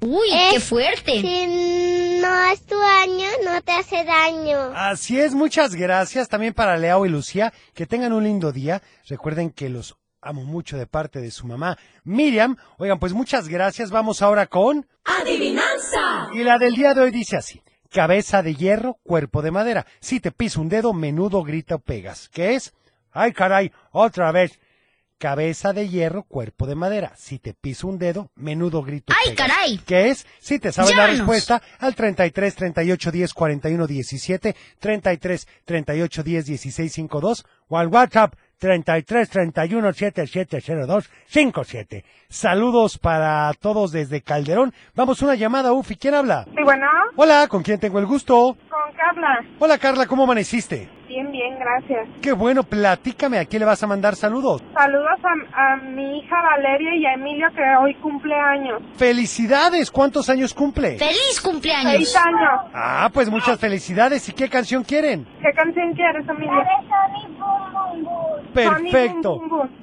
Uy,
qué fuerte.
Si no es tu año, no te hace daño.
Así es, muchas gracias también para Leao y Lucía. Que tengan un lindo día. Recuerden que los amo mucho de parte de su mamá Miriam. Oigan, pues muchas gracias. Vamos ahora con...
Adivinanza.
Y la del día de hoy dice así. Cabeza de hierro, cuerpo de madera. Si te piso un dedo, menudo grita o pegas. ¿Qué es? Ay, caray, otra vez. Cabeza de hierro, cuerpo de madera. Si te piso un dedo, menudo grito. ¡Ay, caray! ¿Qué es? Si te sabes la
Llámanos.
respuesta, al 33 38 10 41 17, 33 38 10 16 52, o al WhatsApp 33 31 7702 57. Saludos para todos desde Calderón. Vamos, una llamada, Ufi. ¿Quién habla?
Sí, bueno,
Hola, ¿con quién tengo el gusto?
con Carla.
Hola, Carla, ¿cómo amaneciste?
Bien, bien, gracias.
Qué bueno, platícame, ¿a quién le vas a mandar saludos?
Saludos a, a mi hija Valeria y a Emilio que hoy cumple años.
¡Felicidades! ¿Cuántos años cumple?
¡Feliz cumpleaños! ¡Feliz año!
Ah, pues muchas felicidades. ¿Y qué canción quieren?
¿Qué canción quieres, Emilio?
Perfecto.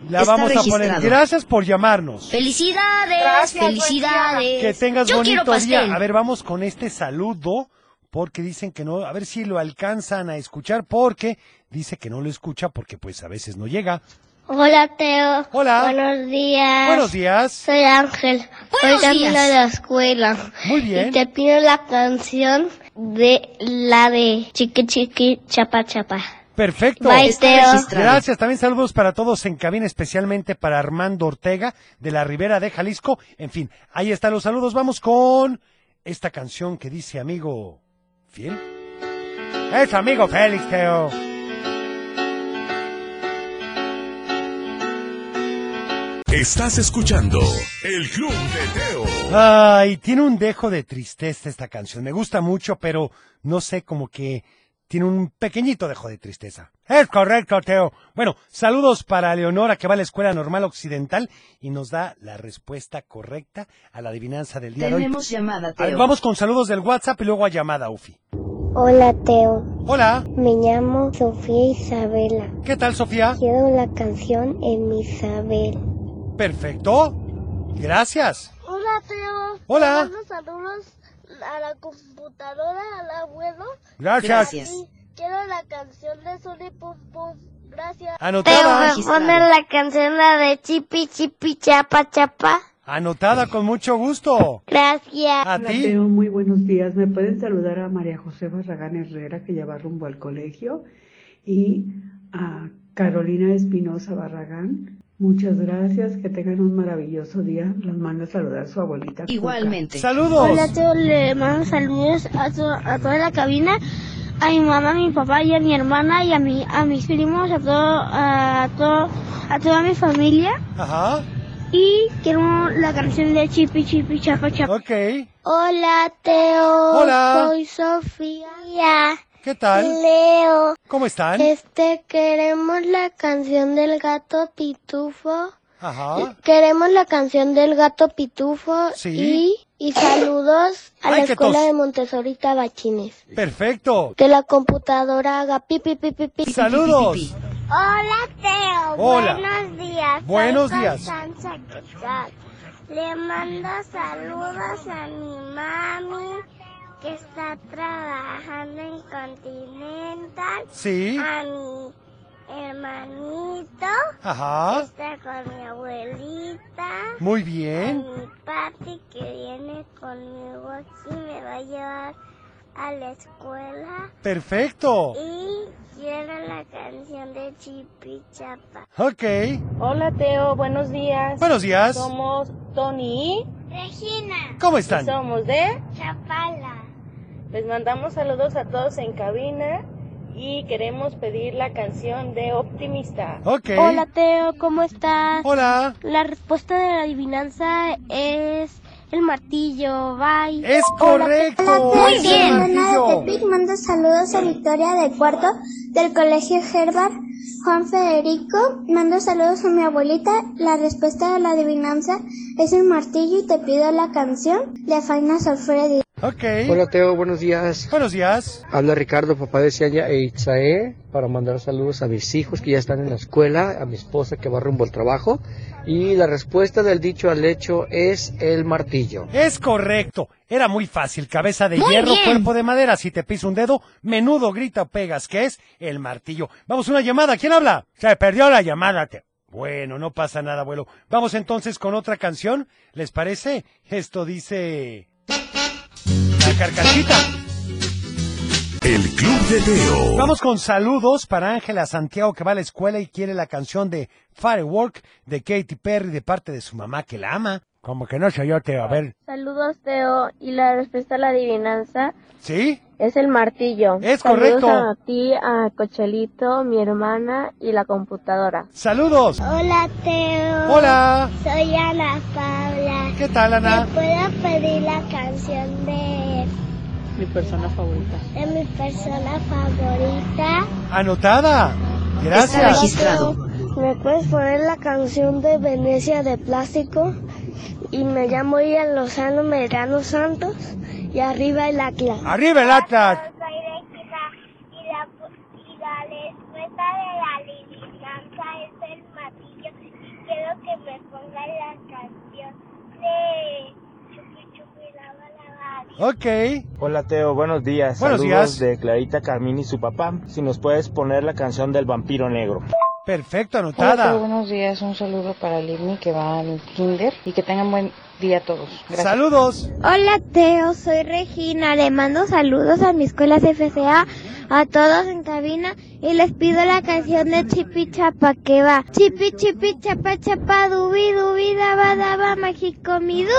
La
Está
vamos a poner.
registrado.
Gracias por llamarnos.
Felicidades,
Gracias, buen
felicidades.
Que tengas
Yo quiero
bonito
pastel.
día. A ver, vamos con este saludo porque dicen que no, a ver si lo alcanzan a escuchar porque dice que no lo escucha porque pues a veces no llega.
Hola, Teo.
Hola.
Buenos
Ah.
días.
Buenos días.
Soy Ángel.
Buenos
hoy camino
días.
a la escuela.
Muy bien.
Y te pido la canción de la de Chiqui Chiqui Chapa Chapa.
Perfecto.
Bye, Está Teo. registrado.
Gracias. También saludos para todos en cabina, especialmente para Armando Ortega de la Ribera de Jalisco. En fin, ahí están los saludos. Vamos con esta canción que dice amigo fiel. Es amigo Félix, Teo.
Estás escuchando El Club de Teo.
Ay, tiene un dejo de tristeza esta canción. Me gusta mucho, pero no sé, como que tiene un pequeñito dejo de tristeza. Es correcto, Teo. Bueno, saludos para Leonora que va a la Escuela Normal Occidental y nos da la respuesta correcta a la adivinanza del día de hoy.
Tenemos llamada,
A ver,
Teo.
vamos con saludos del WhatsApp y luego a llamada, Ufi.
Hola, Teo.
Hola.
Me llamo Sofía Isabela.
¿Qué tal, Sofía?
Quiero la canción en Isabel.
Perfecto. Gracias.
Hola, Teo.
Hola.
Te mando saludos a la computadora, al abuelo.
Gracias.
Y a ti. Quiero la canción de Sony Pum Pum. Gracias.
Anotada.
Teo, ¿me pones la canción la de Chipi Chipi Chapa Chapa?
Anotada con mucho gusto.
Gracias.
A
Hola,
ti.
Teo, muy buenos días. ¿Me pueden saludar a María José Barragán Herrera, que ya va rumbo al colegio, y a Carolina Espinosa Barragán? Muchas gracias, que tengan un maravilloso día. Los manda a saludar su abuelita. Cuca.
Hola, Teo, le mando saludos a, to- a toda la cabina, a mi mamá, a mi papá y a mi hermana y a, mi, a mis primos, a todo, a todo, a toda mi familia.
Ajá.
Y quiero la canción de Chipi Chipi Chapa Chapa.
Ok.
Hola, Teo.
Hola.
Soy Sofía.
¿Qué tal?
Leo.
¿Cómo están?
Este, queremos la canción del gato pitufo
Ajá.
Queremos la canción del gato pitufo
Sí.
y, y saludos a
Ay,
la
qué
escuela
tos.
de Montessori Tabachines.
Perfecto.
Que la computadora haga pipi pipi pipi.
Saludos.
Hola, Teo.
Hola.
Buenos días.
Buenos
Soy
días.
Constanza Quijal. Le mando saludos a mi mami que está trabajando en Continental.
Sí.
A mi hermanito.
Ajá.
que Está con mi abuelita.
Muy bien.
A mi papi que viene conmigo aquí me va a llevar a la escuela.
Perfecto.
Y quiero la canción de Chipi Chapa.
Ok.
Hola Teo, buenos días.
Buenos días.
Somos Tony
Regina.
¿Cómo están?
Y somos de
Chapala.
Les mandamos saludos a todos en cabina y queremos pedir la canción de Optimista.
Ok.
Hola Teo, ¿cómo estás?
Hola.
La respuesta de la adivinanza es el martillo. Bye.
Es correcto.
Muy bien.
Ana de Tepic manda saludos a Victoria de cuarto del colegio Herbert. Juan Federico, mando saludos a mi abuelita. La respuesta de la adivinanza es el martillo y te pido la canción de Fainas of Freddy.
Ok.
Hola Teo, buenos días.
Buenos días.
Habla Ricardo, papá de Cianya e Itzae, para mandar saludos a mis hijos que ya están en la escuela, a mi esposa que va rumbo al trabajo. Y la respuesta del dicho al hecho es el martillo.
Es correcto. Era muy fácil. Cabeza de
Muy
hierro,
bien.
cuerpo de madera. Si te piso un dedo, menudo grita o pegas, que es el martillo. Vamos, una llamada. ¿Quién habla? Se perdió la llamada. Te- Bueno, no pasa nada, abuelo. Vamos entonces con otra canción. ¿Les parece? Esto dice... La carcachita.
El Club de Teo.
Vamos con saludos para Ángela Santiago que va a la escuela y quiere la canción de Firework de Katy Perry de parte de su mamá que la ama. Como que no soy yo, Teo. A ver.
Saludos, Teo. Y la respuesta a la adivinanza
¿Sí?
es el martillo.
Es
Saludos
correcto.
a ti, a Cochelito, mi hermana y la computadora.
Saludos.
Hola, Teo.
Hola.
Soy Ana Paula.
¿Qué tal, Ana?
¿Me puedo pedir la canción de,
Mi persona favorita.
de mi persona favorita?
Anotada.
Hola,
Gracias.
Teo. ¿Me puedes poner la canción de Venecia de plástico? Y me llamo Ian Lozano Medrano Santos. Y arriba el Atlas.
Arriba el Atlas.
Soy Regina y la, y la respuesta de la adivinanza es el martillo. Y quiero que me pongan la canción de Chupi Chupi Lava Lava.
Ok.
Hola Teo, buenos días.
Buenos días.
Saludos de Clarita Carmín y su papá. Si nos puedes poner la canción del vampiro negro.
Perfecto,
Hola, Teo,
anotada.
buenos días. Un saludo para Livni que va al kinder y que tengan buen día a todos. Gracias.
Saludos.
Hola Teo, soy Regina. Le mando saludos a mi escuela CFCA, a todos en cabina y les pido la canción de Chipi Chapa que va. Chipi Chipi Chapa Chapa Dubi Dubi Daba Daba Mágico Mi Dubi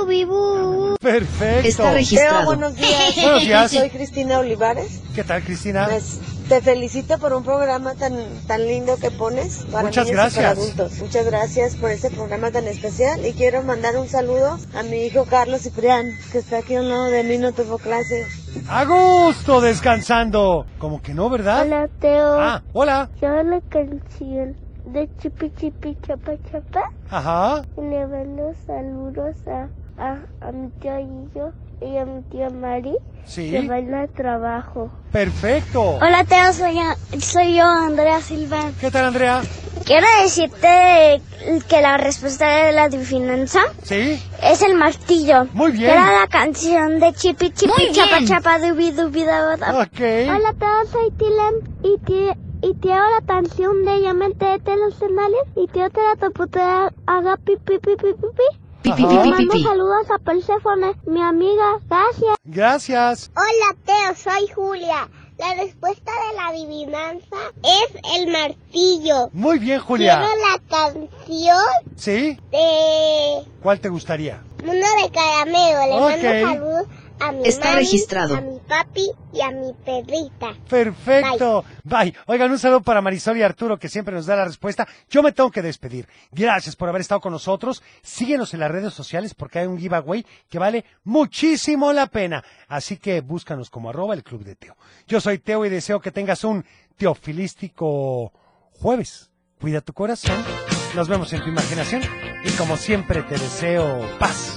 Dubi Bu.
Perfecto.
Teo, buenos días.
Buenos días.
Soy Cristina Olivares.
¿Qué tal, Cristina?
Pues, te felicito por un programa tan, tan lindo que pones para
Muchas
niños y para
gracias.
adultos. Muchas gracias por este programa tan especial y quiero mandar un saludo a mi hijo Carlos Ciprián, que está aquí a un lado de mí, no tuvo clases.
A gusto descansando. Como que no, ¿verdad?
Hola Teo.
Ah, hola.
Yo la canción de Chipi Chipi Chapa Chapa.
Ajá.
Le mando saludos a, a, a mi tío Guillo y a mi tía Mari
Sí.
que van al trabajo.
Perfecto.
Hola Teo, soy, soy yo Andrea Silva.
¿Qué tal, Andrea?
Quiero decirte que la respuesta de la adivinanza
¿Sí?
es el martillo.
Muy bien.
Era la canción de Chipi Chipi Muy Chapa bien. Chapa Dubi Dubi Daba Daba.
Ok. Hola
Teo, soy Tilan y te y te hago la canción de Yo me enteré de los canales y te te la toputera haga pipi pipi pipi.
Pipi, Ajá. pipi, pipi.
saludos a Persephone, mi amiga. Gracias.
Gracias.
Hola Teo, soy Julia. La respuesta de la adivinanza es el martillo.
Muy bien, Julia.
la canción
¿Sí?
de
¿Cuál te gustaría?
Mundo de Caramelo.
Le mando Ok. saludos
a mi
Está mami, registrado. a
mi papi y a mi perrita.
Perfecto. Bye. Oigan, un saludo para Marisol y Arturo que siempre nos da la respuesta. Yo me tengo que despedir. Gracias por haber estado con nosotros. Síguenos en las redes sociales porque hay un giveaway que vale muchísimo la pena. Así que búscanos como arroba el club de Teo. Yo soy Teo y deseo que tengas un teofilístico jueves. cuida tu corazón. Nos vemos en tu imaginación y como siempre te deseo paz.